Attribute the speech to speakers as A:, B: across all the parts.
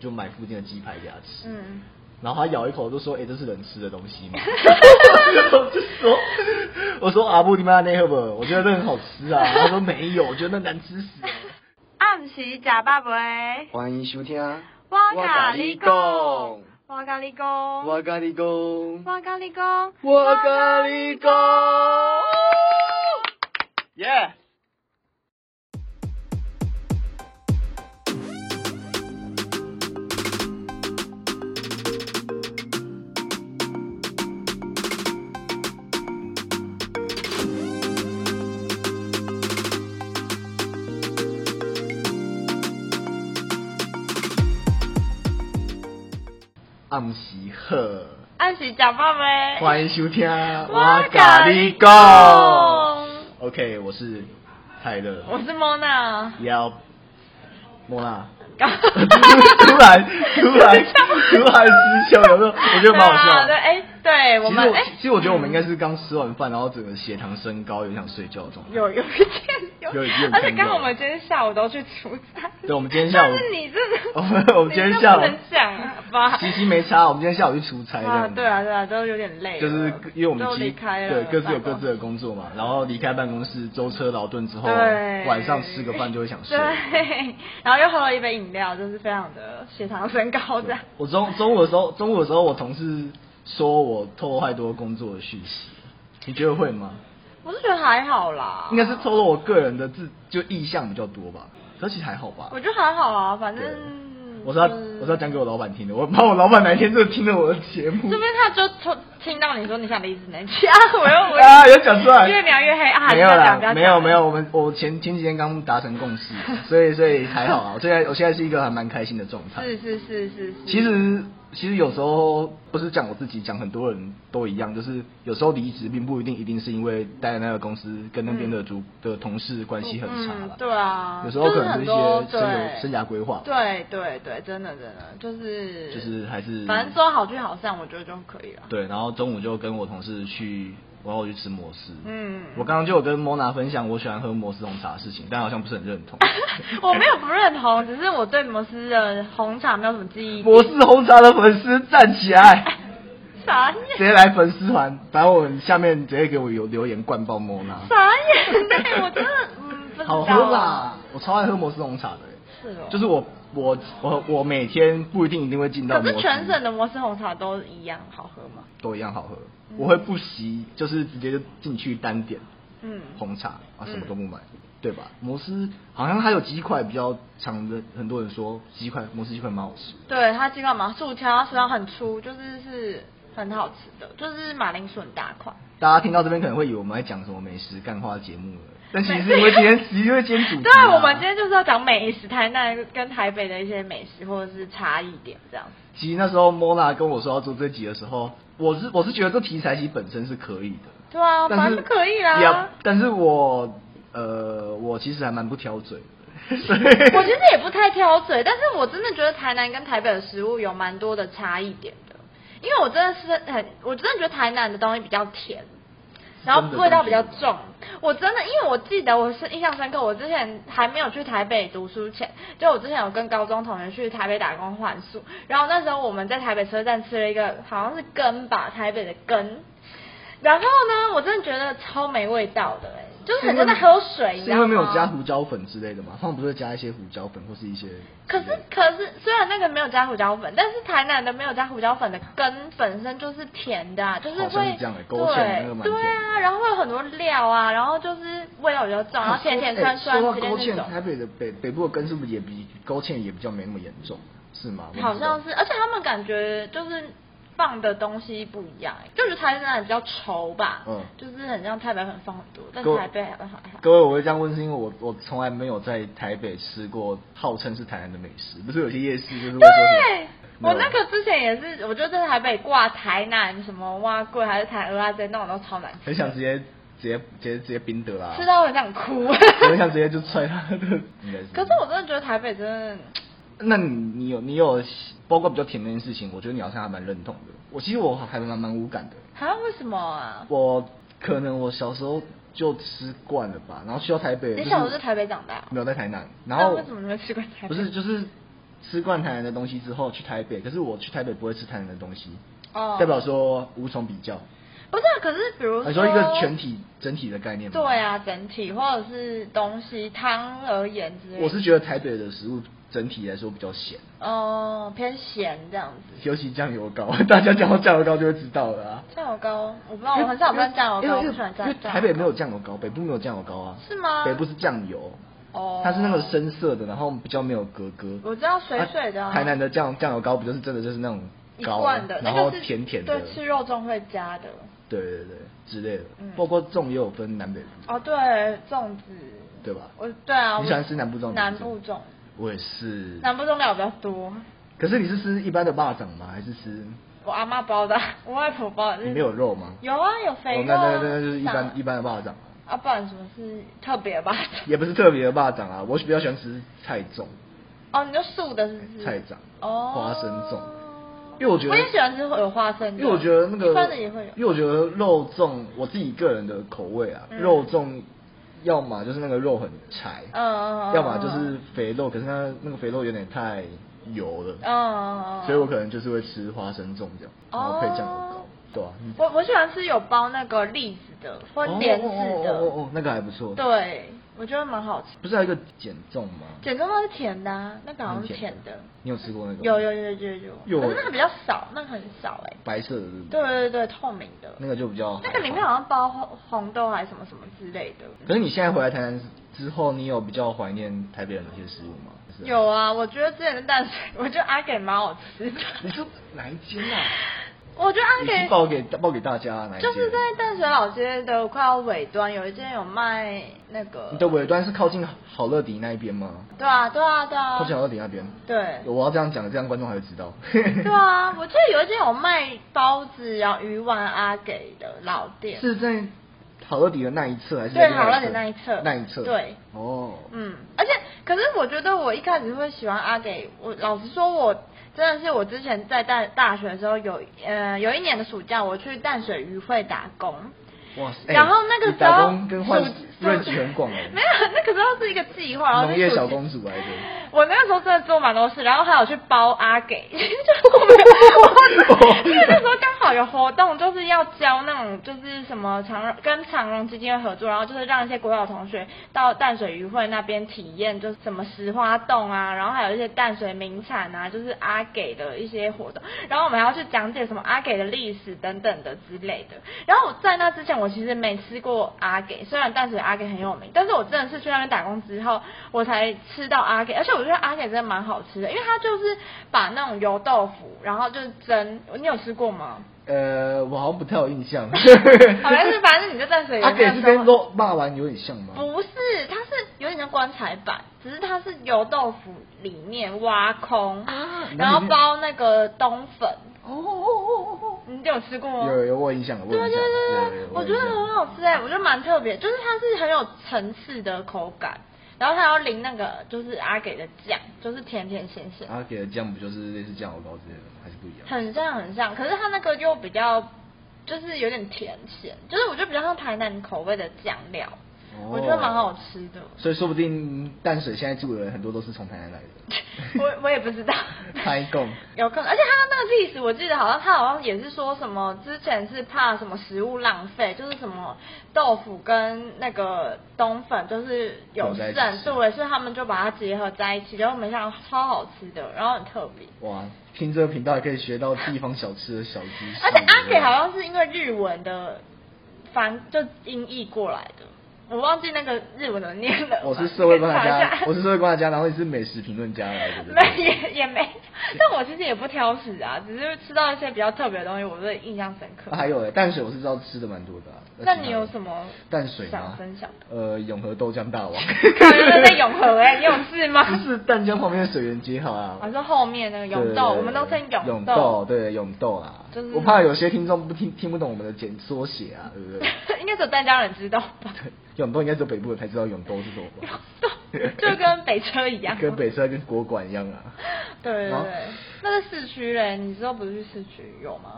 A: 就买附近的鸡排给他吃。
B: 嗯
A: 然后他咬一口就说：“哎、这是人吃的东西吗？” 我就说：“我说阿布你妈那个不？我觉得那很好吃啊。”他说：“没有，我觉得那难吃死了。
B: 暗时食百味”，
C: 欢迎收听，
B: 我甲你讲，我甲你讲，
C: 我跟你讲，
B: 我甲你讲，
C: 我跟你讲，耶！
A: 暗喜喝，
B: 暗时食百味，
A: 欢迎收听。
B: 我
A: 甲
B: 甲
A: 你
B: 你
A: 讲
B: 讲。
A: OK，我是泰勒。
B: 我是莫娜，
A: 要莫娜。
B: 突
A: 突然突然突然失效，有没有？我觉得蛮好笑
B: 对，
A: 的。
B: 哎，对我
A: 其实
B: 们，
A: 我
B: 哎，
A: 其实我觉得我们应该是刚吃完饭，然后整个血糖升高，有点想睡觉的 状态。
B: 有有一点
A: 有有有
B: 而且
A: 看
B: 刚
A: 到
B: 好我们今天下午都去出差。
A: 对我们今天下午
B: 但是你真的，
A: 我们我们今天下午
B: 你真的不能讲吧？
A: 其实没差，我们今天下午去出差这
B: 啊，
A: 样子。
B: 对啊，对啊，都有点累了，
A: 就是因为我们
B: 都
A: 其
B: 离开
A: 对
B: 了办公，
A: 各自有各自的工作嘛，然后离开办公室舟车劳顿之后，
B: 对，
A: 晚上吃个饭就会想睡。
B: 对， 然后又喝了一杯饮料，就是非常的血糖升高这样。
A: 我中中午的时候，中午的时候，我同事说我透露太多工作的讯息，你觉得会吗？
B: 我是觉得还好啦，
A: 应该是透露我个人的自就意向比较多吧，可是其实还好吧
B: 我。觉得还好啊，反正
A: 对我是要
B: 嗯
A: 我是要讲给我老板听的，我怕我老板哪一天真的听了我的节 目
B: 这，边他就听听到你说你想离职那期 啊，我又 我
A: 啊，有讲出来，
B: 越描越黑啊，
A: 没有
B: 不要讲不
A: 啦，
B: 要
A: 没有
B: 讲
A: 没有，我们我前前几天刚达成共识，所以所以还好啊，我现在我现在是一个还蛮开心的状态。
B: 是是是是是，
A: 其实其实有时候不是讲我自己，讲很多人都一样，就是有时候离职并不一定一定是因为待在那个公司跟那边的主、的同事关系很差
B: 嗯
A: 啦，
B: 对啊，
A: 有时候可能是一些
B: 就是
A: 生
B: 很多
A: 涯生涯规划，，
B: 对啊对对，真的真的就是
A: 就是还是
B: 反正说好聚好散，我觉得就可以了。
A: 对，然后中午就跟我同事去，然后我去吃摩斯，
B: 嗯
A: 我刚刚就有跟莫娜分享我喜欢喝摩斯红茶的事情，但好像不是很认同。
B: 我没有不认同，只是我对摩斯的红茶没有什么记忆。哎
A: 摩斯红茶的粉丝站起来，
B: 傻
A: 直
B: 眼，
A: 接来粉丝团，反正我们下面直接给我有留言灌爆莫娜。
B: 傻眼，对我真的嗯不知
A: 好
B: 道。
A: 喝吧？？我超爱喝摩斯红茶的欸、
B: 是哦，
A: 就是我我我我每天不一定一定会进到
B: 可
A: 摩
B: 是
A: 斯，
B: 全省的摩斯红茶都一样好喝吗？
A: 都一样好喝。我会不惜就是直接就进去单点
B: 嗯，
A: 红茶啊，
B: 嗯
A: 什么都不买，对吧？摩斯好像还有鸡块比较常的，很多人说鸡块摩斯鸡块蛮好吃。
B: 对，它鸡块嘛，塑胶，它食堂很粗，就是是很好吃的，就是马铃薯很大块。
A: 大家听到这边可能会以为我们在讲什么美食干话节目了，但其实是因为今天其实因为今天主题、啊
B: 对，我们今天就是要讲美食，台南跟台北的一些美食或者是差异点这样。
A: 其实那时候莫娜跟我说要做这集的时候，我是我是觉得这题材其实本身是可以的，
B: 对啊，
A: 但
B: 反
A: 是
B: 正可以啦。
A: 呀但是我呃，我其实还蛮不挑嘴的。所以
B: 我其实也不太挑嘴，但是我真的觉得台南跟台北的食物有蛮多的差异点的，因为我真的是很，我真的觉得台南的东西比较甜，然后味道比较重。我真的，因为我记得我是印象深刻，我之前还没有去台北读书前，就我之前有跟高中同学去台北打工换宿，然后那时候我们在台北车站吃了一个好像是羹吧，台北的羹。然后呢，我真的觉得超没味道的、欸，就是很像在喝 水，你
A: 是
B: 知
A: 因
B: 道
A: 为
B: 吗？
A: 没有加胡椒粉之类的嘛？他们不是加一些胡椒粉或是一些？
B: 可是可是，虽然那个没有加胡椒粉，但是台南的没有加胡椒粉的根本身就是甜的、啊，就是
A: 好像
B: 会
A: 是这样欸勾芡的那个
B: 对
A: 蛮
B: 对啊，然后会有很多料啊，然后就是味道比较重，然后甜甜酸酸
A: 哎说到
B: 之类
A: 勾芡，台
B: 那种。
A: 北的北北部的根是不是也比勾芡也比较没那么严重？是吗？我不知道
B: 好像。是，而且他们感觉就是放的东西不一样、欸，就是台南比较稠吧，
A: 嗯
B: 就是很像台北很放很多，但
A: 勾
B: 台北好像还好。
A: 各位，我会这样问是因为我我从来没有在台北吃过号称是台南的美食，不是有些夜市就是会说什
B: 对
A: 么，
B: 我
A: 没有
B: 那个之前也是，我就在台北挂台南什么蛙桂还是台鹅啊这些那种都超难吃，
A: 很想直接直接直接直接冰得啦，
B: 吃到很想哭。
A: 我很想直接就踹他的，应该是。
B: 可是我真的觉得台北真的，
A: 那你你有你有包括比较甜那件事情，我觉得你好像还蛮认同的。我其实我还蛮蛮无感的，
B: 啊，为什么啊？
A: 我可能我小时候就吃惯了吧，然后去到台北，
B: 你
A: 就是
B: 小时候在台北长大哦？
A: 没有在台南，然
B: 那
A: 后
B: 为什么你会吃过台北？
A: 不是就是吃惯台南的东西之后去台北，可是我去台北不会吃台南的东西，
B: 哦
A: 代表说无从比较。
B: 不是，啊可是比如
A: 你说一个全体整体的概念吗？
B: 对啊，整体或者是东西汤而言之类的，
A: 我是觉得台北的食物整体来说比较咸，
B: 哦偏咸这样子。
A: 尤其酱油膏， 大家讲到酱油膏就会知道了啊。
B: 酱油膏，我不知道，我很少蘸酱油
A: 因为
B: 膏，我
A: 因
B: 不
A: 为
B: 喜欢蘸
A: 因
B: 酱
A: 为
B: 油膏。
A: 台北没有酱油膏，北部没有酱油膏啊。
B: 是吗
A: 北部是酱油。
B: 哦
A: 它是那个深色的，然后比较没有格格。
B: 我知道水水的啊
A: 台南的酱酱油膏不就是真的就是那种
B: 一
A: 膏，啊
B: 罐的，
A: 然
B: 那
A: 后
B: 个是
A: 甜甜的，
B: 对，吃肉粽会加的。
A: 对对对之类的
B: 嗯。
A: 包括粽也有分南北部，
B: 哦，对，粽子，
A: 对吧？
B: 我对啊，
A: 你
B: 我
A: 喜欢吃南部粽？
B: 南部粽，
A: 我也是。
B: 南部粽料比较多。
A: 可是你是吃一般的霸掌吗？还是吃
B: 我阿妈包的，我外婆包
A: 里
B: 的。
A: 面有肉吗？
B: 有啊，有肥
A: 哦，
B: 肉
A: 那
B: 啊、
A: 那那那就是一
B: 啥
A: 般一般的霸掌，
B: 啊，不然什么是特别吧？
A: 也不是特别的霸掌啊。我比较喜欢吃菜粽，
B: 哦，你就素的是不是
A: 菜掌
B: 哦，
A: 花生粽因为我觉得
B: 我也喜欢吃有花生的，
A: 因为我觉得那
B: 一般
A: 个
B: 的也会有，
A: 因为我觉得肉粽，我自己个人的口味啊，
B: 嗯
A: 肉粽要么就是那个肉很柴，
B: 嗯嗯嗯嗯
A: 要么就是肥肉，可是它那个肥肉有点太油了，
B: 嗯嗯嗯，
A: 所以我可能就是会吃花生粽这样，然后配酱油膏，
B: 哦
A: 对啊，嗯
B: 我我喜欢吃有包那个栗子的或莲子的，
A: 哦哦哦哦哦哦那个还不错，，
B: 对，我觉得蛮好吃。
A: 不是还有一个碱粽吗？
B: 卷宗都是甜的、啊，那个好像是甜的，
A: 你有吃过哦那个吗？
B: 有有有有有
A: 有
B: 有，可是那个比较少，那个很少哎、
A: 白色的，
B: 对，对对，透明的，
A: 那个就比较
B: 那个里面好像包红红豆还是什么什么之类的。
A: 可是你现在回来台南之后，你有比较怀念台北的哪些食物吗？是啊
B: 有啊，我觉得之前的淡水，我觉得阿给蛮好吃的。
A: 你是哪一间啊？
B: 我觉得阿
A: 你是
B: 给
A: 报给报给大家哪一间？
B: 就是在淡水老街的快要尾端，有一间有卖那个。
A: 你的尾端是靠近好乐迪那一边吗？
B: 对啊，对啊，对啊。
A: 靠近好乐迪那边。
B: 对。
A: 我要这样讲，这样观众才会知道。
B: 对啊，我记得有一间有卖包子然后鱼丸阿给的老 店。
A: 是在好乐迪的那一侧还是？
B: 对好乐迪那一侧
A: 那一侧。
B: 对。
A: 哦。
B: 嗯，而且可是我觉得我一开始会喜欢阿给，我老实说，我真的是我之前在大大学的时候有呃有一年的暑假，我去淡水渔会打工。
A: 哇塞！
B: 然后那个
A: 你
B: 时候
A: 打工跟换
B: 暑暑
A: range 很广哎。
B: 没有，那个时候是一个计划，然后
A: 农
B: 是
A: 业
B: 暑
A: 小
B: 期
A: 公主哎来着。
B: 我那个时候真的做蛮多事，然后还有去包阿 给，就是我们，因为那时候刚好有活动，就是要教那种就是什么长荣跟长荣基金会合作，然后就是让一些国小同学到淡水渔会那边体验，就是什么石花洞啊，然后还有一些淡水名产啊，就是阿给的一些活动，然后我们还要去讲解什么阿给的历史等等的之类的。然后我在那之前，我其实没吃过阿给，虽然淡水阿给很有名，但是我真的是去那边打工之后，我才吃到阿给，而且我觉得阿给真的蛮好吃的，因为它就是把那种油豆腐，然后就是蒸，你有吃过吗？
A: 呃，我好像不太有印象。
B: 好像是，反正你在淡水有
A: 阿给
B: 那
A: 是
B: 种
A: 跟肉霸丸有点像吗？
B: 不是，它是有点像棺材板，只是它是油豆腐里面挖空，
A: 啊
B: 然后包那个冬粉。
A: 哦哦哦哦
B: 你有吃过吗？
A: 有有我有印象，我
B: 对
A: 有
B: 对啊
A: 印象，
B: 对
A: 有有
B: 对，
A: 我
B: 我
A: 有
B: 觉得
A: 印象
B: 很好吃哎，我觉得蛮特别，就是它是很有层次的口感，然后它要淋那个就是阿给的酱，就是甜甜咸咸，
A: 阿给的酱不就是类似酱油膏之类的吗？还是不一样？
B: 很像很像，可是它那个又比较就是有点甜咸，就是我觉得比较像台南口味的酱料，
A: 哦
B: 我觉得蛮好吃的。
A: 所以说不定淡水现在住的人很多都是从台南来的。，
B: 我我也不知道
A: 开供。
B: 有可能，而且他那个历史，我记得好像他好像也是说什么，之前是怕什么食物浪费，就是什么豆腐跟那个冬粉就是有
A: 混在一
B: 剩
A: 起，吃
B: 对，所以他们就把它结合在一起，结果没想到超好吃的，然后很特别。
A: 哇，听这个频道也可以学到地方小吃的小知识。
B: 而且阿给好像是因为日文的翻就音译过来的，我忘记那个日文怎么念了。
A: 我是社 会观察
B: 可以查一
A: 家
B: 下，
A: 我是社会观察家，然后你是美食评论家来的。对不对
B: 没也也没，但我其实也不挑食啊，只是吃到一些比较特别的东西，我会印象深刻。
A: 啊还有欸淡水我是知道吃的蛮多的啊、
B: 那
A: 其他
B: 你
A: 的
B: 有什么
A: 淡水吗
B: 想分享的？
A: 呃，永和豆浆 大王。
B: 可能在永和哎、你有事吗？
A: 就是淡江旁边的水源街好啊。
B: 我说后面那个永豆，
A: 对
B: 我们都称
A: 永
B: 永
A: 豆，，对永豆啊。
B: 就是
A: 我怕有些听众不听听不懂我们的简缩写啊，对不对？
B: 应该只有淡江人知道吧？
A: 对，永豆应该只有北部人才知道永豆是什么吧？
B: 就跟北车一 样，
A: 跟北车跟国馆一样啊。
B: 对对
A: 然后
B: 对，那是市区嘞，你之后不是去市区有吗？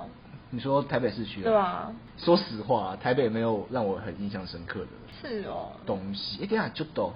A: 你说台北市区？
B: 对。啊，
A: 说啊实话，台北没有让我很印象深刻的
B: 是哦，
A: 东西。哎，等一下就懂。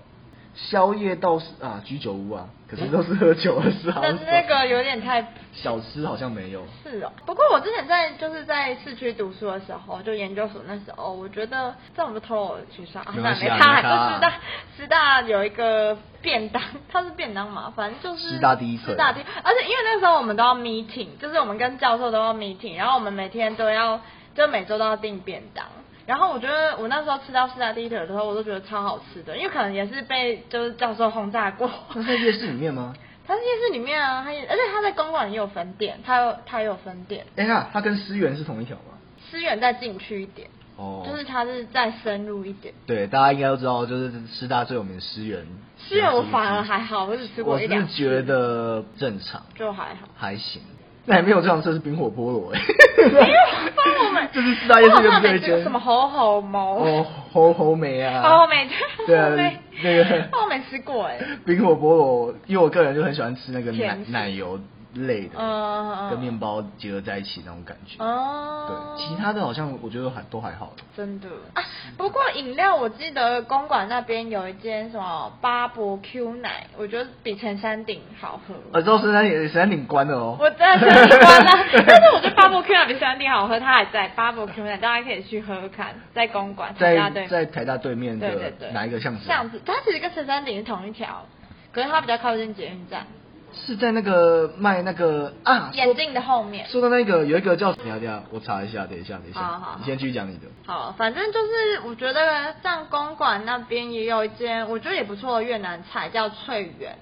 A: 宵夜倒是啊居酒屋啊，可是都是喝酒的时候。
B: 但是那个有点太
A: 小吃好像没有。
B: 是哦，不过我之前在就是在市区读书的时候，就研究所那时候，我觉得这我们透露我的情商啊，
A: 没
B: 那
A: 关
B: 没
A: 系啊
B: 差，
A: 没差
B: 就师大师大有一个便当，它是便当嘛，反正就是
A: 师大第一课
B: 师大第一，而且因为那时候我们都要 meeting，就是我们跟教授都要 meeting，然后我们每天都要就每周都要订便当。然后我觉得我那时候吃到师大第一腿的时候，我都觉得超好吃的，因为可能也是被就是教授轰炸过。
A: 那在夜市里面吗？
B: 它是夜市里面啊，它也而且它在公馆也有分店，它有它也有分店。
A: 哎呀，它跟思源是同一条吗？
B: 思远再进去一点，
A: 哦，
B: 就是它是再深入一点。
A: 对，大家应该都知道，就是师大最有名的思源。
B: 思源我反而还好我只吃过一两
A: 我
B: 次
A: 是觉得正常，
B: 就还好。
A: 还行。那也没有这样吃是冰火菠萝哎、
B: 没有，帮我们
A: 就是师大夜市
B: 我好
A: 的
B: 像
A: 最
B: 没
A: 一
B: 吃过
A: 间
B: 什么猴猴毛，
A: 哦，侯侯梅啊，
B: 猴猴没
A: 对
B: 猴
A: 啊
B: 猴没，
A: 那个
B: 猴猴没吃过哎。
A: 冰火菠萝，因为我个人就很喜欢吃那个奶
B: 甜食
A: 奶油类的，
B: 嗯嗯嗯
A: 跟面包结合在一起那种感觉。
B: 哦，
A: 对，其他嗯的好像我觉得还都还好。
B: 真的啊。不过饮料我记得公馆那边有一间什么巴伯 Q 奶，我觉得比前山顶好喝。
A: 我知道神山顶神山顶关了哦，
B: 我真的很喜欢 它，但是我觉得 barbecue 奶比三丁好喝，它还在 barbecue 奶，大家可以去喝喝看，在公馆台大啊对
A: 在在台大对面
B: 对对
A: 的
B: 对
A: 哪一个巷子啊？
B: 巷子，它其实跟陈山顶是同一条，可是它比较靠近捷运站，
A: 是在那个卖那个啊
B: 眼镜的后面。
A: 说到那个有一个叫等一下等一下，我查一下，等一下等一下，
B: 好好好
A: 你先继续讲你的。
B: 好，反正就是我觉得像公馆那边也有一间我觉得也不错的越南菜叫翠园，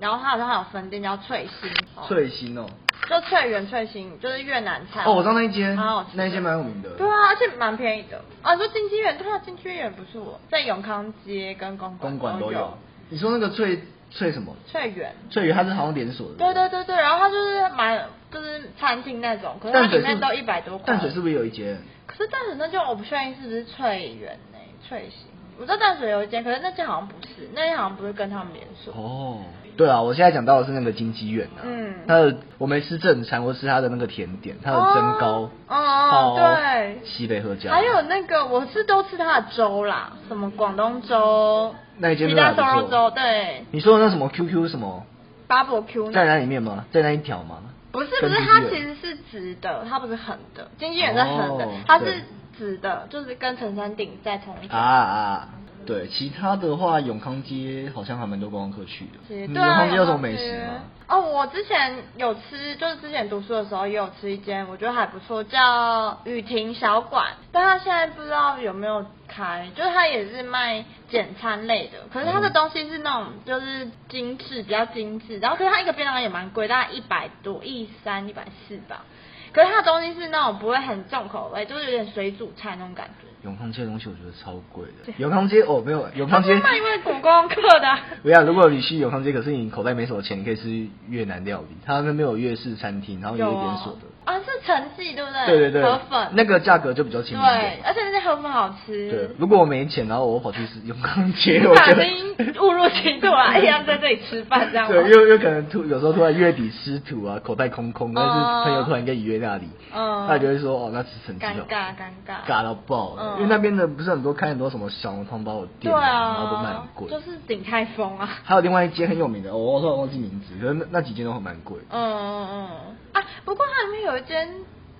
B: 然后它好像还有分店叫翠心，哦
A: 翠心哦，
B: 就翠园翠心就是越南菜。啊
A: 哦，我知道那一间，
B: 蛮好吃的
A: 那一间蛮有名的。
B: 对啊，而且蛮便宜的。啊，你说金鸡园，对啊，金鸡园不是我，在永康街跟公
A: 公馆
B: 都
A: 都有。你说那个翠翠什么？
B: 翠园。
A: 翠园它是好像连锁的。
B: 对对对对，然后它就是蛮就是餐厅那种，可是它
A: 淡水
B: 里
A: 是
B: 面都一百多块。
A: 淡水是不是有一间？
B: 可是淡水那间我不确定是不是翠园呢、翠心。我知道淡水有一间，可是那间好像不是，那间好像不是跟他们连锁。
A: 哦，对啊，我现在讲到的是那个金鸡苑啊，
B: 嗯
A: 它的我没吃正餐，我吃它的那个甜点，它的蒸糕，
B: 哦哦对
A: 西北合家，
B: 还有那个我是都吃它的粥啦，什么广东粥、
A: 那一间
B: 其
A: 真的
B: 他
A: 还不
B: 烧肉
A: 错
B: 粥，对
A: 你说的那什么 QQ 什么，
B: ，barbecue
A: 在那里面吗？在那一条吗？
B: 不是不
A: 跟
B: 是，
A: 经纪
B: 它
A: 人
B: 其实是直的，它不是横的。经纪人是横的
A: 哦，
B: 它是
A: 对
B: 直的，就是跟陈山顶在同一
A: 啊
B: 条。
A: 啊，对，其他的话，永康街好像还蛮多观光客去的。
B: 是
A: 你
B: 对
A: 永
B: 啊，
A: 康街有什么美食吗？
B: 哦，我之前有吃，就是之前读书的时候也有吃一间，我觉得还不错，叫雨婷小馆，但它现在不知道有没有开，就是它也是卖简餐类的，可是它的
A: 嗯
B: 东西是那种就是精致，比较精致，然后可是它一个便当也蛮贵，大概一百多，一三一百四吧，可是它的东西是那种不会很重口味，就是有点水煮菜那种感觉。
A: 永康街的东西我觉得超贵的。永康街哦，没有永康街。
B: 那因为古宫客的啊、
A: 不要，如果你去永康街，可是你口袋没什么钱，你可以吃越南料理，它那边有粤式餐厅， 然后也有连锁的。
B: 啊，是陈记对不对？
A: 对对对，
B: 河粉
A: 那个价格就比较亲民一
B: 对，
A: 点。
B: 而且那些河粉好吃。
A: 对，如果我没钱，然后我跑去吃永康街，
B: 不
A: 我
B: 小
A: 就
B: 心误入歧途了，一样在这里吃饭这样吗。
A: 对，又又可能突有时候突然月底吃土啊，口袋空空，但
B: 哦
A: 是朋友突然跟你约那里，
B: 嗯
A: 他就会说哦，那吃成绩
B: 尴
A: 哦，
B: 尬尴尬。
A: 尬到爆了因
B: 嗯，
A: 为那边的不是很多开很多什么小笼汤包的
B: 对
A: 店，然后都卖
B: 啊
A: 很，贵
B: 就。是鼎泰丰啊。
A: 还有另外一间很有名的，我突然忘记名字，可是那那几间都很蛮贵。
B: 嗯嗯嗯。啊，不过它里面有一间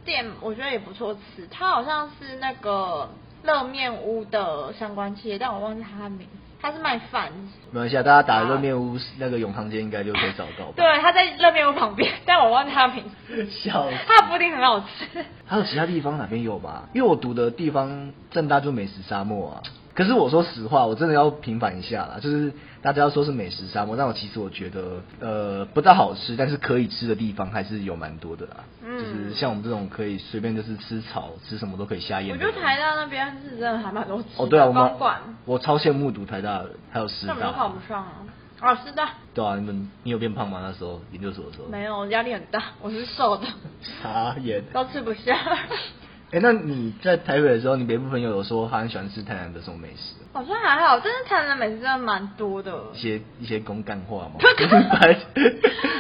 B: 店，我觉得也不错吃，它好像是那个热面屋的相关企业，但我忘记它的名字。它是卖饭，
A: 没关系啊，大家打热面屋那个永康街应该就可以找到哦吧。
B: 对，它在热面屋旁边， 但我忘记它的名字。
A: 笑死。
B: 它的布丁很好吃。
A: 还有其他地方哪边有吧？因为我读的地方正大就美食沙漠啊。可是我说实话，我真的要平反一下啦，就是大家说是美食沙漠，但我其实我觉得，呃，不大好吃，但是可以吃的地方还是有蛮多的啦。
B: 嗯
A: 就是像我们这种可以随便就是吃草吃什么都可以下咽
B: 我
A: 的
B: 觉
A: 人。
B: 得台大那边是真的还蛮多吃的
A: 哦，对啊，我们
B: 公馆，
A: 我超羡慕读台大的，还有师
B: 那我们都考
A: 大
B: 不。上啊。哦，是的，
A: 对啊，你们你有变胖吗？那时候研究所的时候。
B: 没有，压力很大，我是瘦的，
A: 傻眼。
B: 都吃不下。
A: 哎、那你在台北的时候，你北部朋友有说他很喜欢吃台南的什么美食？
B: 好像还好，但是台南美食真的蛮多的。
A: 一些一些公干话嘛，白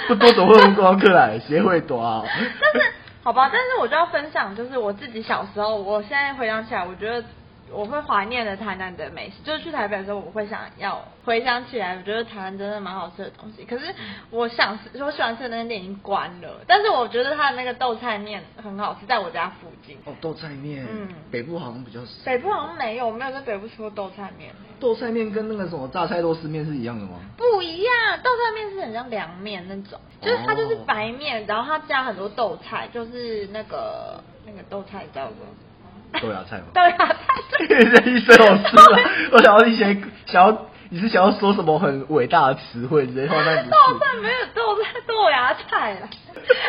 A: 不多怎么会有观光客来？谁会多啊？
B: 但是好吧，但是我就要分享，就是我自己小时候，我现在回想起来，我觉得我会怀念的台南的美食，就是去台北的时候，我会想要回想起来，我觉得台湾真的蛮好吃的东西。可是我想吃，我喜欢吃的那间店已经关了，但是我觉得它的那个豆菜面很好吃，在我家附近。
A: 哦，豆菜面，
B: 嗯
A: 北部好像比较少。
B: 北部好像没有，我没有在北部吃过豆菜面。
A: 豆菜面跟那个什么榨菜肉丝面是一样的吗？
B: 不一样，豆菜面是很像凉面那种，就是它就是
A: 哦
B: 白面，然后它加很多豆菜，就是那个那个豆菜叫什么？
A: 豆芽菜吗
B: 豆芽菜。
A: 这一生我 吃了，我想要一些想要，你是想要说什么很伟大的词汇，直接放在你
B: 豆菜没有豆菜豆芽菜 啦。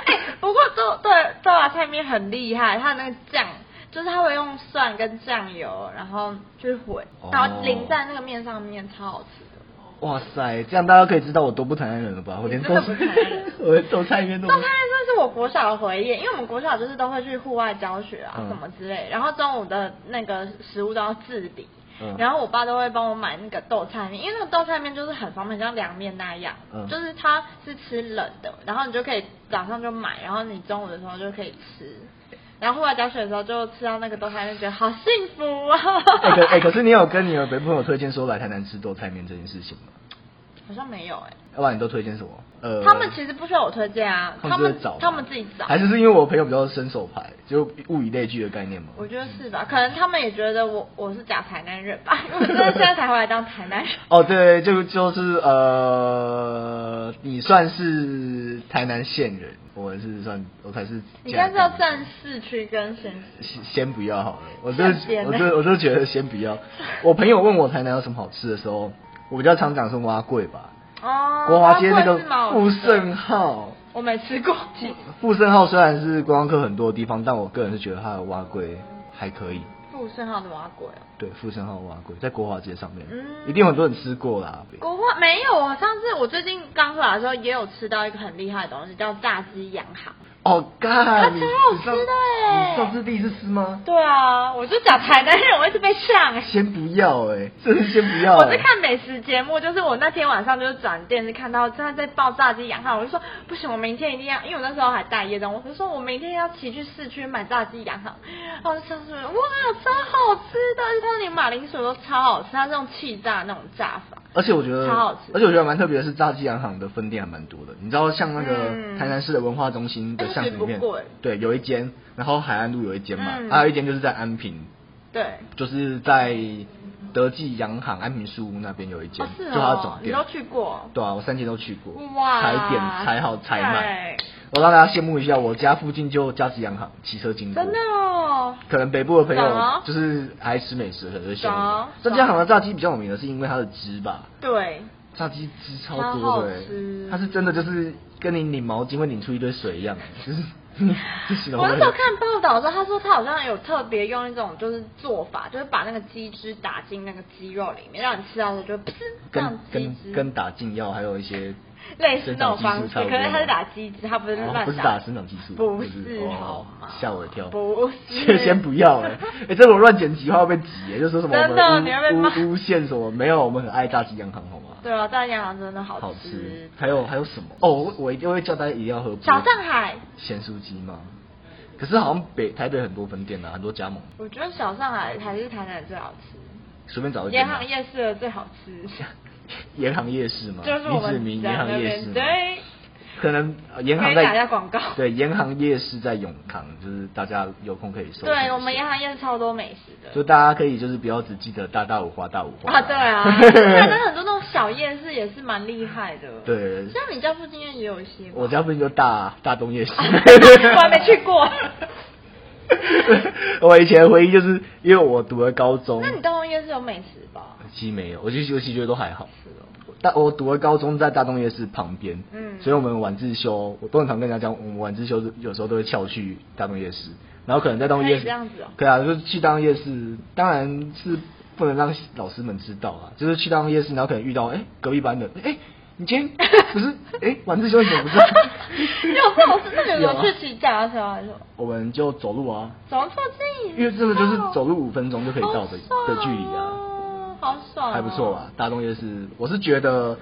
B: 哎、不过豆豆豆芽菜面很厉害，它那个酱就是它会用蒜跟酱油，然后去混
A: 哦，
B: 然后淋在那个面上面，超好吃的。
A: 哇塞，这样大家可以知道我多不台南人了吧？我连豆
B: 你真的不台南
A: 我连豆菜面都
B: 豆
A: 不
B: 菜面算是我国小的回忆，因为我们国小就是都会去户外教学啊、
A: 嗯
B: 什么之类，然后中午的那个食物都要自理，
A: 嗯
B: 然后我爸都会帮我买那个豆菜面，因为那个豆菜面就是很方便，像凉面那样，
A: 嗯
B: 就是它是吃冷的，然后你就可以早上就买，然后你中午的时候就可以吃。然后户外教学的时候就吃到那个豆菜面，觉得好幸福啊！
A: 哎、可哎、可是你有跟你的北部朋友推荐说来台南吃豆菜面这件事情吗？
B: 好像没有哎、
A: 要不然你都推荐什么？呃，
B: 他们其实不需要我推荐啊，
A: 他们
B: 们
A: 自己找吗，
B: 他们自己找，
A: 还是是因为我朋友比较伸手牌，就物以类聚的概念吗？
B: 我觉得是吧，可能他们也觉得我我是假台南人吧， 因为我真的现在才回来当台南人。
A: 哦，对，就就是呃，你算是台南县人，我是算我才是。
B: 你应该是要占市区跟县市，
A: 先先不要好了，我就
B: 占先
A: 我就我就觉得先不要。我朋友问我台南有什么好吃的时候，我比较常讲是蛙贵吧，
B: 哦，
A: 国华街那个
B: 花卉是蛮好吃的
A: 富盛号。
B: 我没吃过，
A: 富盛号虽然是观光客很多的地方，但我个人是觉得它的蛙龟还可以。
B: 富盛号的蛙粿哦，
A: 对，富盛号蛙龟在国华街上面，
B: 嗯
A: 一定很多人吃过啦。
B: 国货没有，我上次我最近刚回来的时候也有吃到一个很厉害的东西，叫炸鸡洋行。
A: 哦，干，
B: 它超
A: 你
B: 好
A: 你
B: 吃
A: 上
B: 的欸
A: 你上次第一次吃吗？
B: 对啊，我就假台南人，我一直被上、欸。
A: 先不要哎、真的先不要、
B: 我
A: 欸。
B: 是看美食节目，就是我那天晚上就是转电视看到正在在爆炸鸡洋行，我就说不行，我明天一定要，因为我那时候还带夜灯，我就说我明天要骑去市区买炸鸡洋行。然后上次哇，超好吃的，而且它连马铃薯都超好吃，它是用气炸那种炸法。
A: 而且我觉得
B: 超好吃
A: 而且我觉得蛮特别的是，炸鸡洋行的分店还蛮多的。你知道，像那个
B: 嗯
A: 台南市的文化中心的巷子里面
B: 哎那不贵，
A: 对，有一间，然后海岸路有一间嘛，
B: 嗯
A: 还有一间就是在安平，
B: 对，
A: 就是在德记洋行安平书屋那边有一间，
B: 哦是
A: 就它的
B: 哦
A: 总，
B: 你
A: 店
B: 都。去过？
A: 对啊，我三间都去过，
B: 哇，
A: 踩点踩好踩满。
B: 对，
A: 我让大家羡慕一下，我家附近就家吉洋行，骑车经过。
B: 真的哦，
A: 可能北部的朋
B: 爽
A: 友
B: 哦
A: 就是爱吃美食的，可能就羡慕
B: 爽。
A: 家吉洋行的炸鸡比较有名的是因为它的汁吧，
B: 对，
A: 炸鸡汁超多的、欸
B: 超好吃
A: 它是真的就是跟你拧毛巾会拧出一堆水一样，就是 这形容
B: 我
A: 会
B: 那时候看报道的时候，他说他好像有特别用一种就是做法，就是把那个鸡汁打进那个鸡肉里面，让你吃到的时候就噗这
A: 跟
B: 样鸡
A: 跟
B: 汁，
A: 跟打禁药还有一些
B: 类似那种方
A: 生
B: 式。
A: 长激素差不多
B: 可是他是打鸡汁，他不是
A: 哦
B: 乱
A: 不是打生长激素，
B: 不
A: 是
B: 是好
A: 哦
B: 吗？
A: 吓我一跳，
B: 不是，
A: 先先不要哎、哎、这种乱剪辑话会被挤耶，就说什么我
B: 真的
A: 们
B: 你会被骂
A: 诬诬诬陷什么没有，我们很爱炸鸡洋行好吗？
B: 对啊，炸酱行真的好
A: 好
B: 吃
A: 吃，。还有还有什么？哦，我我一定会叫大家一定要喝
B: 小上海，
A: 咸酥鸡吗？可是好像北台北很多分店啊，很多加盟，
B: 我觉得小上海还是台南的最好吃，
A: 随便找一
B: 盐
A: 间啊。
B: 行夜市的最好 吃，
A: 盐行夜市嘛，
B: 就是我
A: 李子
B: 们
A: 明
B: 家
A: 盐
B: 那
A: 行夜市
B: 边
A: 嘛，
B: 对。
A: 可能呃盐行
B: 可以打一下
A: 在
B: 广告
A: 对，盐行夜市在永康，就是大家有空可以搜。
B: 对我们盐行夜市超多美食的，
A: 就大家可以就是不要只记得大大五花大五花
B: 啊，对 啊，台南很多那种小夜市也是蛮厉害的。，
A: 对，
B: 像你家附近也有一些吧。
A: 我家附近就大大东夜市，
B: 我还没去过。
A: 我以前的回忆就是因为我读了高中，
B: 那你大东夜市有美食吧？
A: 其实没有，我就我其实觉得都还好。但我读的高中在大东夜市旁边，
B: 哦嗯
A: 所以我们晚自修，我都很常跟人家讲，我们晚自修是有时候都会翘去大东夜市，然后可能在大东夜
B: 可
A: 市
B: 以这样子哦
A: 对啊，就是去大东夜市，当然是不能让老师们知道啊，就是去大东夜市，然后可能遇到哎、隔壁班的哎、你 今天不是哎、晚自修你怎么不在？
B: 有这种事？那
A: 有
B: 你有
A: 啊
B: 去骑脚踏车还是什么？
A: 我们就走路啊，
B: 怎么坐近？
A: 因为真的就是走路五分钟就可以到的
B: 好爽
A: 的距离啊。
B: 哦好爽，
A: 还不错啊吧？？大东夜市，我是觉得，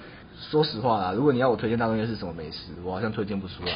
A: 说实话啦，如果你要我推荐大东夜市什么美食，我好像推荐不出来。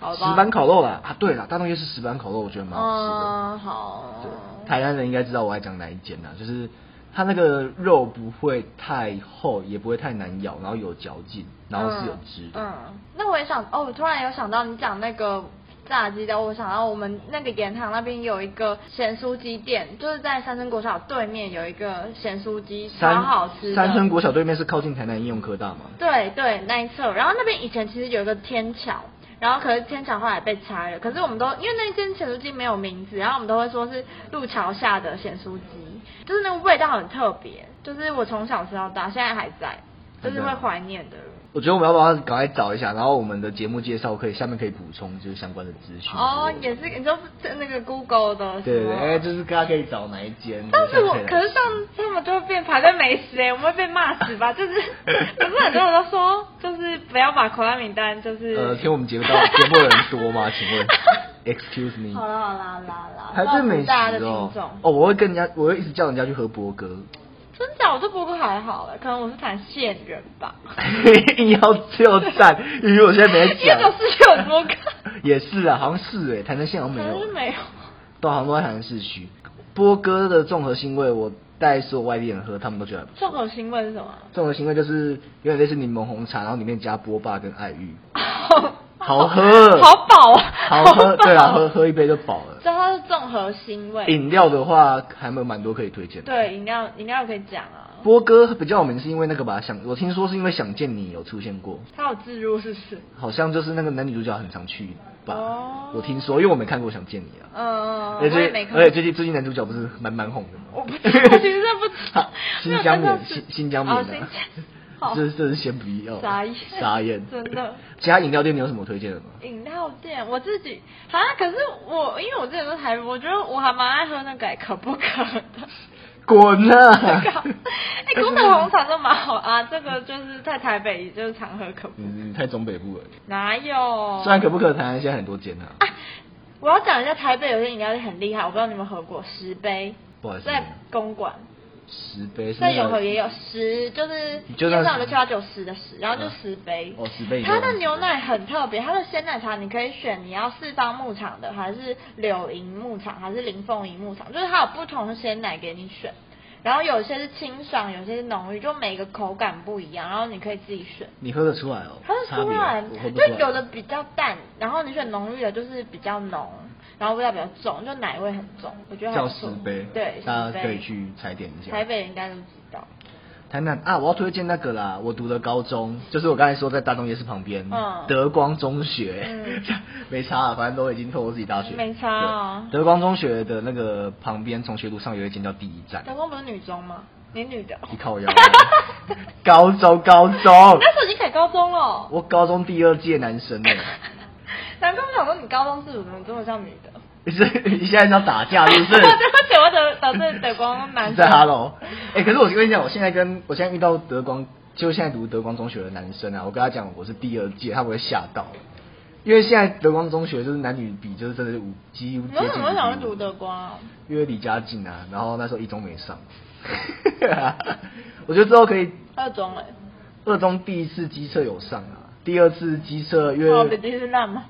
B: 好吧
A: 石板烤肉啦，啊，对啦，大东夜市石板烤肉我觉得蛮好吃的。
B: 嗯，好。
A: 对，台南人应该知道我在讲哪一间啦、就是它那个肉不会太厚，也不会太难咬，然后有嚼劲，然后是有汁的。
B: 嗯。嗯，那我也想哦，我突然有想到你讲那个炸鸡的，我想到我们那个盐塘那边有一个咸酥鸡店，就是在三生国小对面有一个咸酥鸡，超
A: 三
B: 嗯好吃的。
A: 三生国小对面是靠近台南应用科大嘛？
B: 对对，那一侧。然后那边以前其实有一个天桥，然后可是天桥后来被拆了。可是我们都因为那间咸酥鸡没有名字，然后我们都会说是路桥下的咸酥鸡，就是那个味道很特别，就是我从小吃到大，现在还在，就是会
A: 还在
B: 怀念的。
A: 我觉得我们要不要赶快找一下，然后我们的节目介绍可以下面可以补充就是相关的资讯。
B: 哦，也是，你知道那个 Google 的
A: 对对对，
B: 什么
A: 哎、就是大家可以找哪一间。
B: 但是
A: 就
B: 我
A: 下次以来
B: 可是这样，他们就会变排队美食哎、我们会被骂死吧？ 就是，可是很多人都说，就是不要把口袋名单，就是
A: 呃，听我们节 目到节目的人多吗？请问，Excuse me，
B: 好啦好啦好啦好啦，
A: 排队美
B: 造福大家的
A: 食
B: 听
A: 哦
B: 众。，
A: 哦，我会跟人家，我会一直叫人家去喝博哥，
B: 真假我对波哥还好了，可能我是谈线人吧。
A: 硬要就赞，因为我现在没在
B: 因为
A: 讲。
B: 总是有波哥，
A: 也是啊，好像是哎，台南县好像没
B: 可
A: 有
B: 是，没有。
A: 都好像都在台南市区。波哥的综合腥味，我带所有外地人喝，他们都觉得还不错。
B: 重口腥味是什么？
A: 综合腥味就是有点类似柠檬红茶，然后里面加波霸跟爱玉，好喝，
B: 哦 好饱啊，
A: 好喝，
B: 饱
A: 对啊，喝喝一杯就饱了
B: 知。道它是综合腥味。
A: 饮料的话，还没有蛮多可以推荐的。
B: 对，饮料饮料可以讲啊，
A: 波哥比较有名是因为那个吧，想我听说是因为想见你有出现过，
B: 它有自入是不是？
A: 好像就是那个男女主角很常去吧，
B: 哦
A: 我听说，因为我没看过想见你啊。
B: 嗯，我
A: 而
B: 也
A: 且
B: 没看过
A: 而且。最近最近男主角不是蛮蛮红的吗？
B: 我不知道，其实真 的不知道
A: 哈。新疆
B: 没有
A: 棉
B: 看到，是
A: 新新疆棉
B: 哦，新
A: 啊
B: 疆。好
A: 这这是先不要，
B: 傻眼
A: 傻眼，
B: 真的。
A: 其他饮料店你有什么推荐的吗？
B: 饮料店，我自己好像可是我，因为我之前都台北，我觉得我还蛮爱喝那个、可不可 的。
A: 滚
B: 哎、
A: 啊！
B: 可不可红茶都蛮好啊，这个就是在台北就是常喝可不，
A: 嗯，你太中北部了。
B: 哪有？
A: 虽然可不可台南现在很多间啊，
B: 我要讲一下台北有些饮料店很厉害，我不知道你们喝过石杯，
A: 不好意思，
B: 在公馆，
A: 十杯是
B: 在
A: 那
B: 永和
A: 个
B: 也有十，就是
A: 你就
B: 介
A: 那
B: 绍就叫九十的十，然后就十杯。
A: 哦十杯饮料
B: 它的牛奶很特别，它的鲜奶茶你可以选你要四方牧场的，还是柳营牧场，还是林凤营牧场，就是它有不同的鲜奶给你选。然后有些是清爽，有些是浓郁，就每个口感不一样，然后你可以自己选。
A: 你喝得出来哦，
B: 它是
A: 差
B: 出
A: 别
B: 来，
A: 我喝不出
B: 就
A: 来。
B: 有的比较淡，然后你选浓郁的，就是比较浓，然后味道比较重，就奶味很重，我觉得还
A: 叫
B: 不
A: 十
B: 错
A: 杯，
B: 对，
A: 大
B: 十
A: 家
B: 杯
A: 可以去踩点一下。
B: 台北人应该都知道。
A: 台南啊，我要推荐那个啦，我读的高中就是我刚才说在大东夜市旁边，
B: 嗯
A: 德光中学，
B: 嗯
A: 没差啊，反正都已经透过自己大学，
B: 没差啊
A: 对德光中学的那个旁边从学路上有一间叫第一 站，
B: 德光不是女中吗？你女的哦？
A: 你靠腰，高中高中，
B: 那时候已经改高中了，
A: 我高中第二届男生呢，
B: 难怪我想说你高中是怎么这么像女的？
A: 你是你现在是要打架是不
B: 对啊
A: 是？
B: 不起，我得得罪德光男
A: 是在
B: 生。
A: Hello，哎、可是我跟你讲，我现在跟我现在遇到德光，就现在读德光中学的男生啊，我跟他讲我是第二届，他不会吓到，因为现在德光中学就是男女比就是真的是五几乎
B: 你
A: 接
B: 为
A: 近
B: 什么会想去
A: 五比五
B: 读德光啊？
A: 因为离家近啊，然后那时候一中没上， 我觉得之后可以
B: 二中哎、
A: 二中第一次机测有上啊，第二次机测因
B: 哦，比
A: 为
B: 第一次烂吗？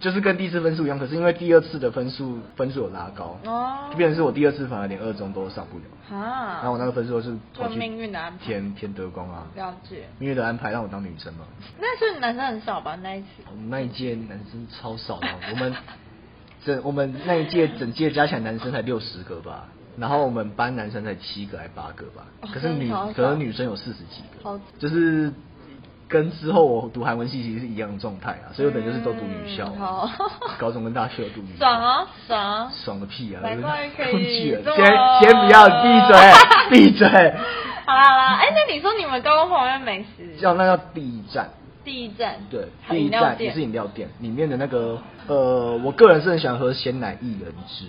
A: 就是跟第一次分数一样，可是因为第二次的分数分数有拉高，
B: 哦
A: 就变成是我第二次反而连二中都上不了。
B: 啊，
A: 然后我那个分数是跑
B: 就
A: 去
B: 命运的安排
A: 填填德光啊，
B: 了解。
A: 命运的安排让我当女生嘛。
B: 那时候你男生很少吧？那一次
A: 我们那一届男生超少 的，我们整我们那一届整届加起来男生才六十个吧，然后我们班男生才七个还八个吧
B: 哦，
A: 可是女
B: 真的超少
A: 可是女生有四十几
B: 好
A: 个，就是跟之后我读韩文系其实是一样的状态啊，所以我等于就是都读女校
B: 嗯好
A: 啊， 高中跟大学都读女校。
B: 爽啊 爽啊！
A: 爽个屁啊！
B: 难怪可以
A: 空气人
B: 这么
A: 先先不要闭嘴，闭嘴。
B: 好啦好啦，哎、那你说你们高中旁边美食
A: 叫那叫第一站，
B: 第一站
A: 对，
B: 还
A: 第
B: 有
A: 一
B: 饮料
A: 站也
B: 店
A: 是饮料店里面的那个呃，我个人是很喜欢喝鲜奶薏仁汁，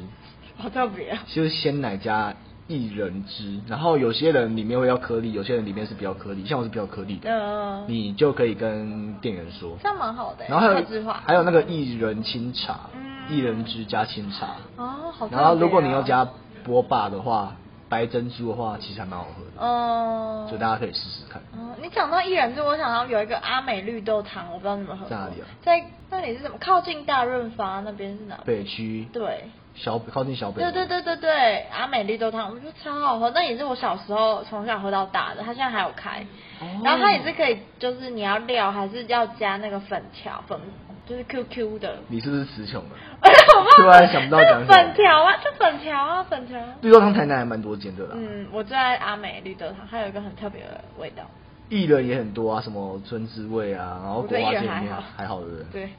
B: 好特别啊、
A: 就是鲜奶加薏仁汁，然后有些人里面会要颗粒，有些人里面是不要颗粒，像我是不要颗粒的，
B: 嗯，
A: 你就可以跟店员说。
B: 这样蛮好的、欸，
A: 然后还
B: 克制
A: 有
B: 化
A: 还有那个薏仁清茶，
B: 嗯
A: 薏仁汁加清茶，
B: 哦，好特别哦、
A: 然后如果你要加波霸的话，白珍珠的话，其实还蛮好喝的，
B: 哦、
A: 所以大家可以试试看。
B: 哦，你讲到薏仁就我想到有一个阿美绿豆汤，我不知道你们喝过。
A: 在哪里啊
B: 在那里是什么？靠近大润发那边是哪？
A: 北区
B: 对。
A: 小靠近小北，
B: 对对对，对对，阿美绿豆汤，我觉得超好喝。那也是我小时候从小喝到大的，它现在还有开。
A: 哦
B: 然后它也是可以，就是你要料还是要加那个粉条粉，就是 QQ 的。
A: 你是不是词穷啊了？
B: 我忘了
A: 突然想不到讲什么
B: 那个粉条啊，就粉条啊，粉条。
A: 绿豆汤台南还蛮多间的啦，
B: 嗯，我最爱阿美绿豆汤，它有一个很特别的味道。
A: 艺人也很多啊，什么春之味啊，然后
B: 我
A: 国
B: 对
A: 华
B: 薏
A: 街
B: 仁
A: 里
B: 还
A: 面
B: 好，
A: 还好的人。
B: 对，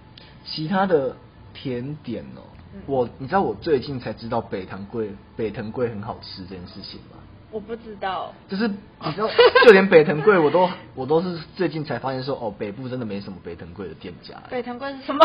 A: 其他的甜点哦、
B: 嗯
A: 我你知道我最近才知道北糖桂北藤桂很好吃这件事情吗？
B: 我不知道。
A: 就是你知道，就连北藤桂我都我都是最近才发现说，哦，北部真的没什么北藤桂的店 家，
B: 北糖桂是什么？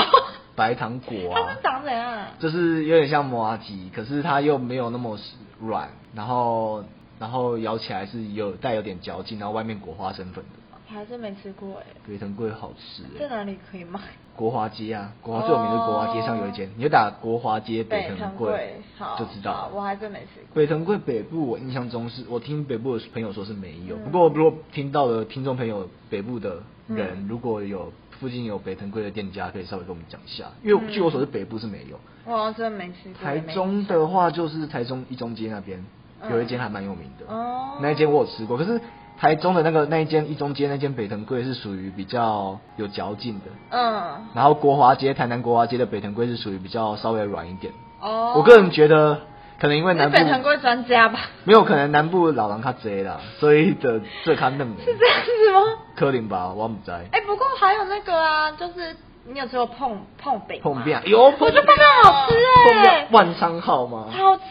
A: 白糖果
B: 它
A: 啊
B: 是，长怎样啊？
A: 就是有点像摩阿吉，可是它又没有那么软，然后然后咬起来是有带有点嚼劲，然后外面裹花生粉的，
B: 我还真没吃过哎，
A: 北藤桂好吃、欸。
B: 在哪里可以买？
A: 国华街啊，国华最有名的是国华街上有一间，你就打国华街北
B: 藤
A: 藤
B: 贵
A: 贵，
B: 好，
A: 就知道
B: 好
A: 了。
B: 我还真没吃过。
A: 北藤贵北部，我印象中是我听北部的朋友说是没有，
B: 嗯
A: 不过如果听到的听众朋友北部的人，
B: 嗯
A: 如果有附近有北藤贵的店家，可以稍微跟我们讲一下，因为
B: 嗯
A: 据我所知北部是没有。
B: 我好像哦真的没吃过。
A: 台
B: 也没
A: 中的话就是台中一中街那边
B: 嗯
A: 有一间还蛮有名的，
B: 哦
A: 那一间我有吃过，可是。台中的那个那一间一中街那间北藤贵是属于比较有嚼劲的，
B: 嗯，
A: 然后国华街、台南国华街的北藤龟是属于比较稍微软一点。
B: 哦，
A: 我个人觉得，可能因为
B: 你是
A: 南部
B: 北藤贵专家吧？
A: 没有，可能南部老狼较贼啦，所以的这卡嫩的
B: 是这样子吗？
A: 可能吧，我唔知。
B: 哎、不过还有那个啊，就是你有吃过碰碰饼吗？
A: 碰面有碰
B: 我觉得碰饼好吃
A: 碰
B: 哎、
A: 面万昌号吗？
B: 好吃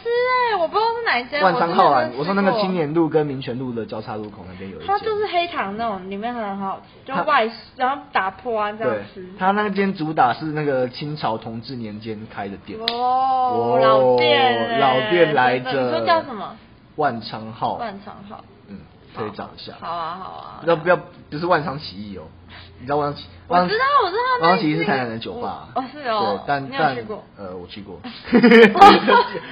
B: 哎、我不知道是哪一间。
A: 万昌号啊
B: 真的没有吃，过
A: 我说那个青。年路跟民权路的交叉路口那边有一间，
B: 它就是黑糖那种，里面很好吃，就
A: 它
B: 外然后打破啊这样
A: 对
B: 吃。，
A: 他那间主打是那个清朝同治年间开的店，
B: 哦
A: 哦，
B: 老店欸
A: 老店来
B: 真的
A: 着
B: 你说叫什么？
A: 万昌号，
B: 万长好。
A: 嗯，可以找一下。
B: 好啊，好啊。
A: 不要不要，不是万昌起义哦，你知道万昌起？
B: 我
A: 万
B: 知道我知道那
A: 万昌起义
B: 是
A: 是
B: 一个
A: 台南的酒吧。
B: 我哦是哦
A: 对，但
B: 你有
A: 但
B: 去过
A: 呃，我去 过。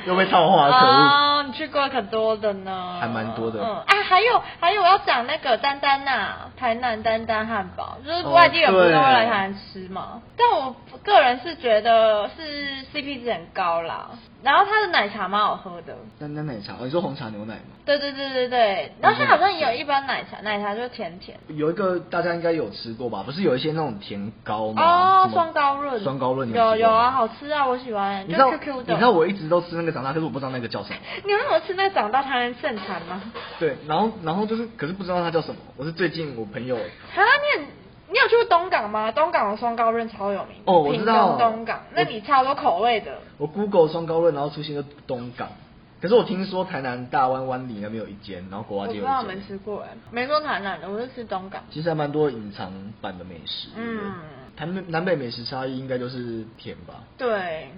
A: 又被套话，可恶。
B: 哦，你去过可多的呢，
A: 还蛮多的
B: 嗯，哎，还有还有，我要讲那个丹丹呐、台南丹丹汉堡，就是
A: 哦
B: 外地人不是都会来
A: 对
B: 台南吃嘛。但我个人是觉得是 CP 值很高啦，然后它的奶茶蛮好喝的。
A: 丹丹奶茶，哦你说红茶牛奶吗？
B: 对对对对对，然后它好像也有一般奶
A: 嗯
B: 茶，奶茶就甜甜。
A: 有一个大家应该有吃过吧？不是有一些那种甜糕吗？
B: 哦
A: 什，么
B: 双高润，
A: 双高润你
B: 有
A: 吃
B: 有
A: 过吗
B: 啊，好吃啊，我喜欢，
A: 你
B: 就
A: 知道
B: QQ 的。
A: 你知道我一直都吃那个长大，可是我不知道那个叫 什么。
B: 你为什么吃那个长大台南盛产吗？
A: 对，然后然后就是，可是不知道它叫什么。我是最近我朋 友
B: 啊，你很你有去过东港吗？东港的双高润超有名
A: 哦我知道
B: 屏东东港，那里超多口味的。
A: 我 Google 双高论，然后出现了东港。可是我听说台南大湾湾里那边有一间，然后国
B: 我
A: 华
B: 不
A: 街
B: 知
A: 有
B: 道
A: 一
B: 没吃
A: 间。
B: 过哎，没说台南的，我是吃东港。
A: 其实还蛮多隐藏版的美食。
B: 嗯
A: 台南南北美食差异应该就是甜吧，
B: 对，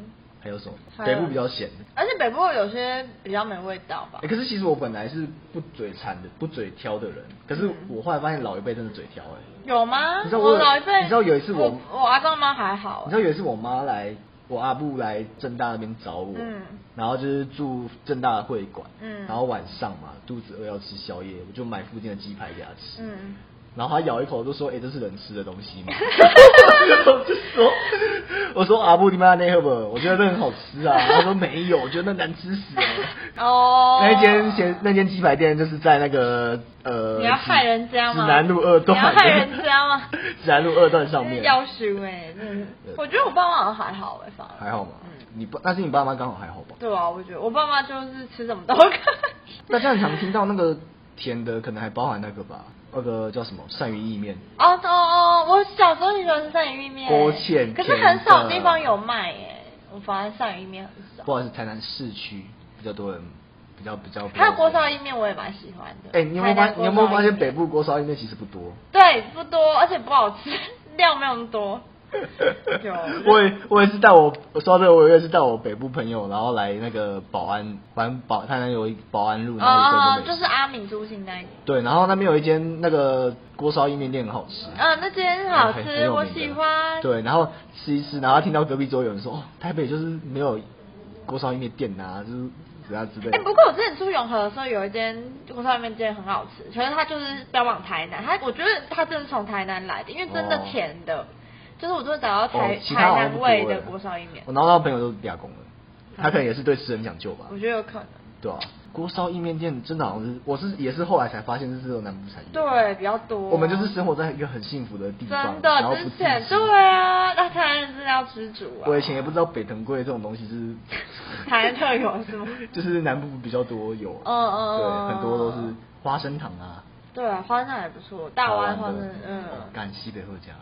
A: 还有什么？
B: 还有
A: 北部比较咸。
B: 而且北部有些比较没味道吧
A: 诶。欸可是其实我本来是不嘴馋的、不嘴挑的人，可是我后来发现老一辈真的嘴挑哎、
B: 有吗？
A: 你知道我
B: 我老一辈，
A: 你知道有一次我
B: 我我阿公妈还好
A: 你知
B: 欸，
A: 道有一次我妈来，我阿布来正大那边找我，
B: 嗯
A: 然后就是住正大的会馆，
B: 嗯
A: 然后晚上嘛肚子饿要吃宵夜，我就买附近的鸡排给她吃，
B: 嗯，
A: 然后她咬一口就说：“哎、这是人吃的东西 吗？”我就说：“我说阿布你妈那喝不？我觉得那很好吃啊。”她说：“没有，我觉得那难吃死了。”
B: 哦，
A: 那间先那间鸡排店就是在那个呃，
B: 你要害人家吗
A: 指南路二段，
B: 你要害人家吗
A: 指南路二段上面，
B: 要求哎，真的
A: 对
B: 我觉得我爸妈好像还好哎，反而
A: 还好吗？
B: 嗯，
A: 你爸，但是你爸妈刚好还好吧？
B: 对啊，我觉得我爸妈就是吃什么都 可以。
A: 大家很常听到那个甜的，可能还包含那个吧，那个叫什么鳝鱼意面，
B: 哦哦哦！我小时候很喜欢吃鳝鱼意面，
A: 勾芡
B: 可是很少地方有卖耶。我发现鳝鱼意面很少，
A: 或者是台南市区比较多人比较比较。
B: 还有锅烧意。面我也蛮喜欢的。
A: 哎、你有没有
B: 台
A: 发
B: 南
A: 你有没有
B: 锅
A: 发
B: 烧意面
A: 现北部锅烧意面其实不多？
B: 对不多，而且不好吃，料没有那么多。 有
A: 我也我也是带我我说到这个，我也是带我北部朋友，然后来那个保安，反正保台南有一保安路，然后有一个美食
B: 哦就是阿敏猪心那一
A: 对，然后那边有一间那个锅烧意面店很好吃，
B: 嗯，那间好
A: 哎很很
B: 吃，
A: 有
B: 我
A: 名的
B: 喜欢。
A: 对，然后吃一吃，然后听到隔壁桌有人说，哦，台北就是没有锅烧意面店呐、就是子啊之类
B: 哎、
A: 的。
B: 不过我之前出永和的时候，有一间火烧面店很好吃，可是它就是标榜台南，它我觉得它真的是从台南来的，因为真的
A: 哦
B: 甜的，就是我真的找到台、
A: 哦，其
B: 台
A: 他好像
B: 南
A: 不多
B: 味的
A: 了
B: 锅烧意面
A: 我，拿到朋友都俩工了，他可能也是对吃很讲究吧
B: 我，觉得有可能，
A: 对啊，锅烧意面店真的好像是，我是也是后来才发现这是只有南部才有。
B: 对，比较多。
A: 我们就是生活在一个很幸福的地方，
B: 真
A: 然后
B: 的
A: 不
B: 之
A: 自私
B: 前对啊，那台南真的要知足啊。，
A: 我以前也不知道北藤贵这种东西是
B: 台南特有是吗
A: 就是南部比较多有，
B: 嗯嗯嗯
A: 对，很多都是花生糖啊，
B: 对啊，花生也不错，大湾花
A: 好玩
B: 生
A: 的，
B: 嗯，
A: 哦干西北客家，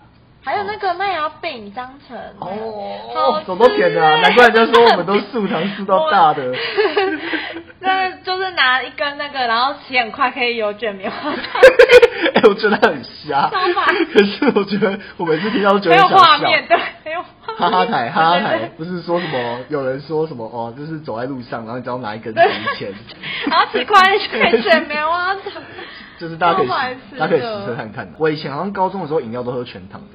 B: 还有那个麦芽饼章程，
A: 哦
B: 好，
A: 手都甜的啊，
B: 吃欸
A: 难怪人家说我们都素糖素到大的
B: 我 那就是拿一根那个，然后洗很快可以有卷 棉花糖，
A: 哎、我觉得很瞎，
B: 相反
A: 可是我觉得我每次听到都觉得
B: 没有
A: 很想
B: 画
A: 笑
B: 面，对，没有画面。
A: 哈哈台，哈哈 台，不
B: 对对对
A: 是说什么有人说什么哦，就是走在路上，然后你只要拿一根零 钱，
B: 然后几块就可以卷棉花糖
A: 就是大家可以
B: 超白痴的
A: 大家可以实测看看的。我以前好像高中的时候饮料都喝全糖的，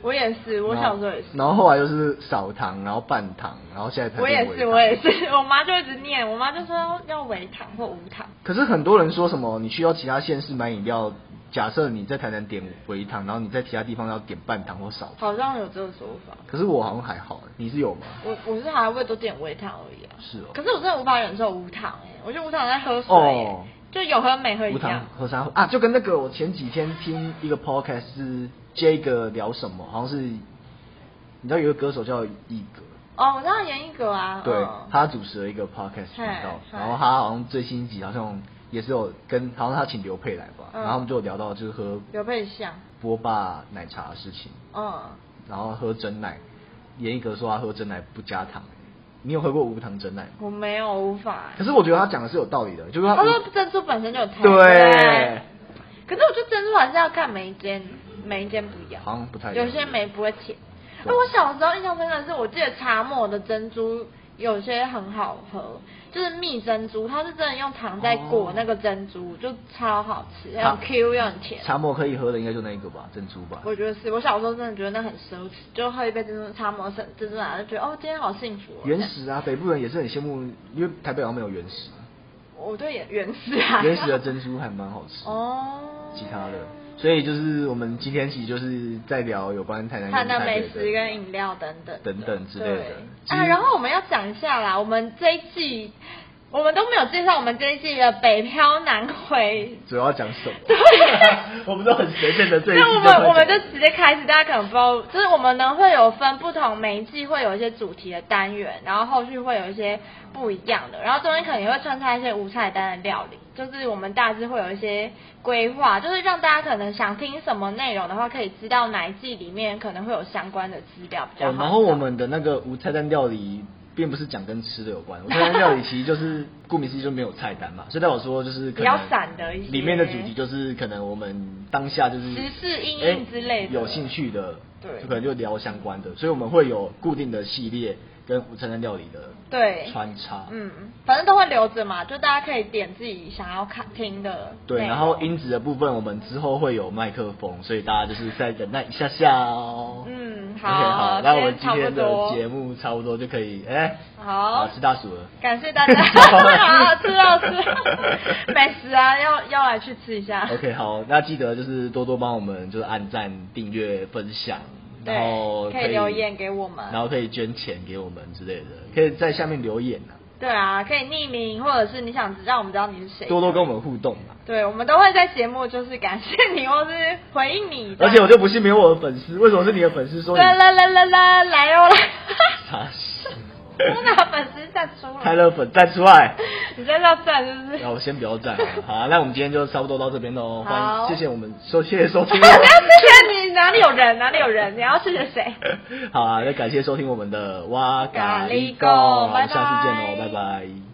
B: 我也是，我小时候也是。
A: 然后后来就是少糖，然后半糖，然后现在才
B: 我也
A: 微
B: 是，
A: 糖
B: 我也。是，我妈就一直念，我妈就说要微糖或无糖。
A: 可是很多人说什么你去到其他县市买饮料，假设你在台南点微糖，然后你在其他地方要点半糖或少糖，
B: 好像有这个说法。
A: 可是我好像还好，你是有吗？
B: 我我是还会多点微糖而已啊。
A: 是哦
B: 可是我真的无法忍受无糖哎、我觉得无糖在喝水、欸，
A: 哦
B: 就有喝没喝一
A: 无糖
B: 样。
A: 喝啥啊？就跟那个我前几天听一个 podcast 是 J 哥聊什么，好像是你知道有一个歌手叫一格，
B: 哦，我知道严一格啊。
A: 对
B: 嗯，
A: 他主持了一个 podcast 频道，
B: 嗨
A: 然后他好像最新一集好像也是有跟，好像他请刘佩来吧，
B: 嗯
A: 然后他们就有聊到就是喝
B: 有配像，
A: 波霸奶茶的事情，
B: 嗯，
A: 然后喝真奶，严一格说他喝真奶不加糖，你有喝过无糖真奶吗？
B: 我没有无法、
A: 可是我觉得他讲的是有道理的，就是
B: 他
A: 他
B: 说珍珠本身就哦有糖。
A: 对。
B: 可是我觉得珍珠还是要看每一间，每一间不一样。
A: 好像不太一样
B: 有些没不会甜。
A: 对
B: 那我小时候印象深刻的是，我记得茶末的珍珠有些很好喝，就是蜜珍珠，它是真的用糖在裹
A: 哦
B: 那个珍珠，就超好吃，
A: 茶
B: 很 Q 又很甜。
A: 茶啊沫可以喝的应该就那一个吧，珍珠吧。
B: 我觉得是我小时候真的觉得那很奢侈，就喝一杯珍珠茶末珍珍珠奶，就觉得哦，今天好幸福、哦。
A: 原始啊，北部人也是很羡慕，因为台北好像没有原 始，
B: 我对原原始啊，
A: 原始的珍珠还蛮好吃。
B: 哦，
A: 其他的，所以就是我们今天其实就是在聊有关台南、
B: 看到美食
A: 食
B: 跟饮料等等的
A: 等等之类的
B: 对
A: 其实
B: 啊，然后我们要讲一下啦，我们这一季我们都没有介绍我们这一季的北漂南回。
A: 主要讲什么？
B: 对
A: 我们都很随便的
B: 就
A: 这一季
B: 我
A: 在
B: 们
A: 讲
B: 我们就直接开始，大家可能不知道，就是我们呢会有分不同每一季会有一些主题的单元，然后后续会有一些不一样的，然后中间可能也会穿插一些无菜单的料理，就是我们大致会有一些规划，就是让大家可能想听什么内容的话，可以知道哪一季里面可能会有相关的资料比较好
A: 哦
B: 找、
A: 然后我们的那个无菜单料理，并不是讲跟吃的有 关。无菜单料理其实就是顾名思义就没有菜单嘛，所以代表说就是可能
B: 比较散的一些
A: 里面的主题就是可能我们当下就是
B: 时事因应之类
A: 哎
B: 的
A: 有兴趣的，
B: 对
A: 就可能就聊相关的，所以我们会有固定的系列跟无菜单料理的
B: 对
A: 穿插，
B: 嗯，反正都会留着嘛，就大家可以点自己想要看听的内容。
A: 对，然后音质的部分我们之后会有麦克风，所以大家就是再忍耐一下下哦。
B: 嗯
A: OK，
B: 好
A: 好，那我们
B: 今
A: 今
B: 天
A: 天
B: 差不
A: 的
B: 多
A: 节目差不多就可以，哎、
B: 好
A: 吃大薯了。
B: 感谢大 家，好吃好吃，美食啊，要要来去吃一下。
A: OK，好，那记得就是多多帮我们就是按赞、订阅、分享，
B: 对
A: 然后
B: 可以留言给我们
A: 然后可以捐钱给我们之类的，可以在下面留言啊，
B: 对啊，可以匿名，或者是你想让我们知道你是谁。
A: 多多跟我们互动啊嘛。
B: 对，我们都会在节目就是感谢你，或是回应你的。
A: 而且我就不信没有我的粉丝，为什么是你的粉丝说你
B: 啦啦啦啦啦，来哦来，
A: 傻笑？
B: 我拿粉丝站出
A: 泰
B: 来，
A: 勒粉站出来！
B: 你在这站是不是？
A: 那我先不要站了，好啊，那我们今天就差不多到这边喽。欢
B: 好
A: 迎，谢谢我们收，谢谢 收听
B: 不。要谢谢你，哪里有人，哪里有人，你要谢谢谁？
A: 好啊，那感谢收听我们的哇咖
B: 咖喱
A: 喱
B: 贡
A: 贡，我
B: 拜
A: 们下次见
B: 拜
A: 喽，拜拜。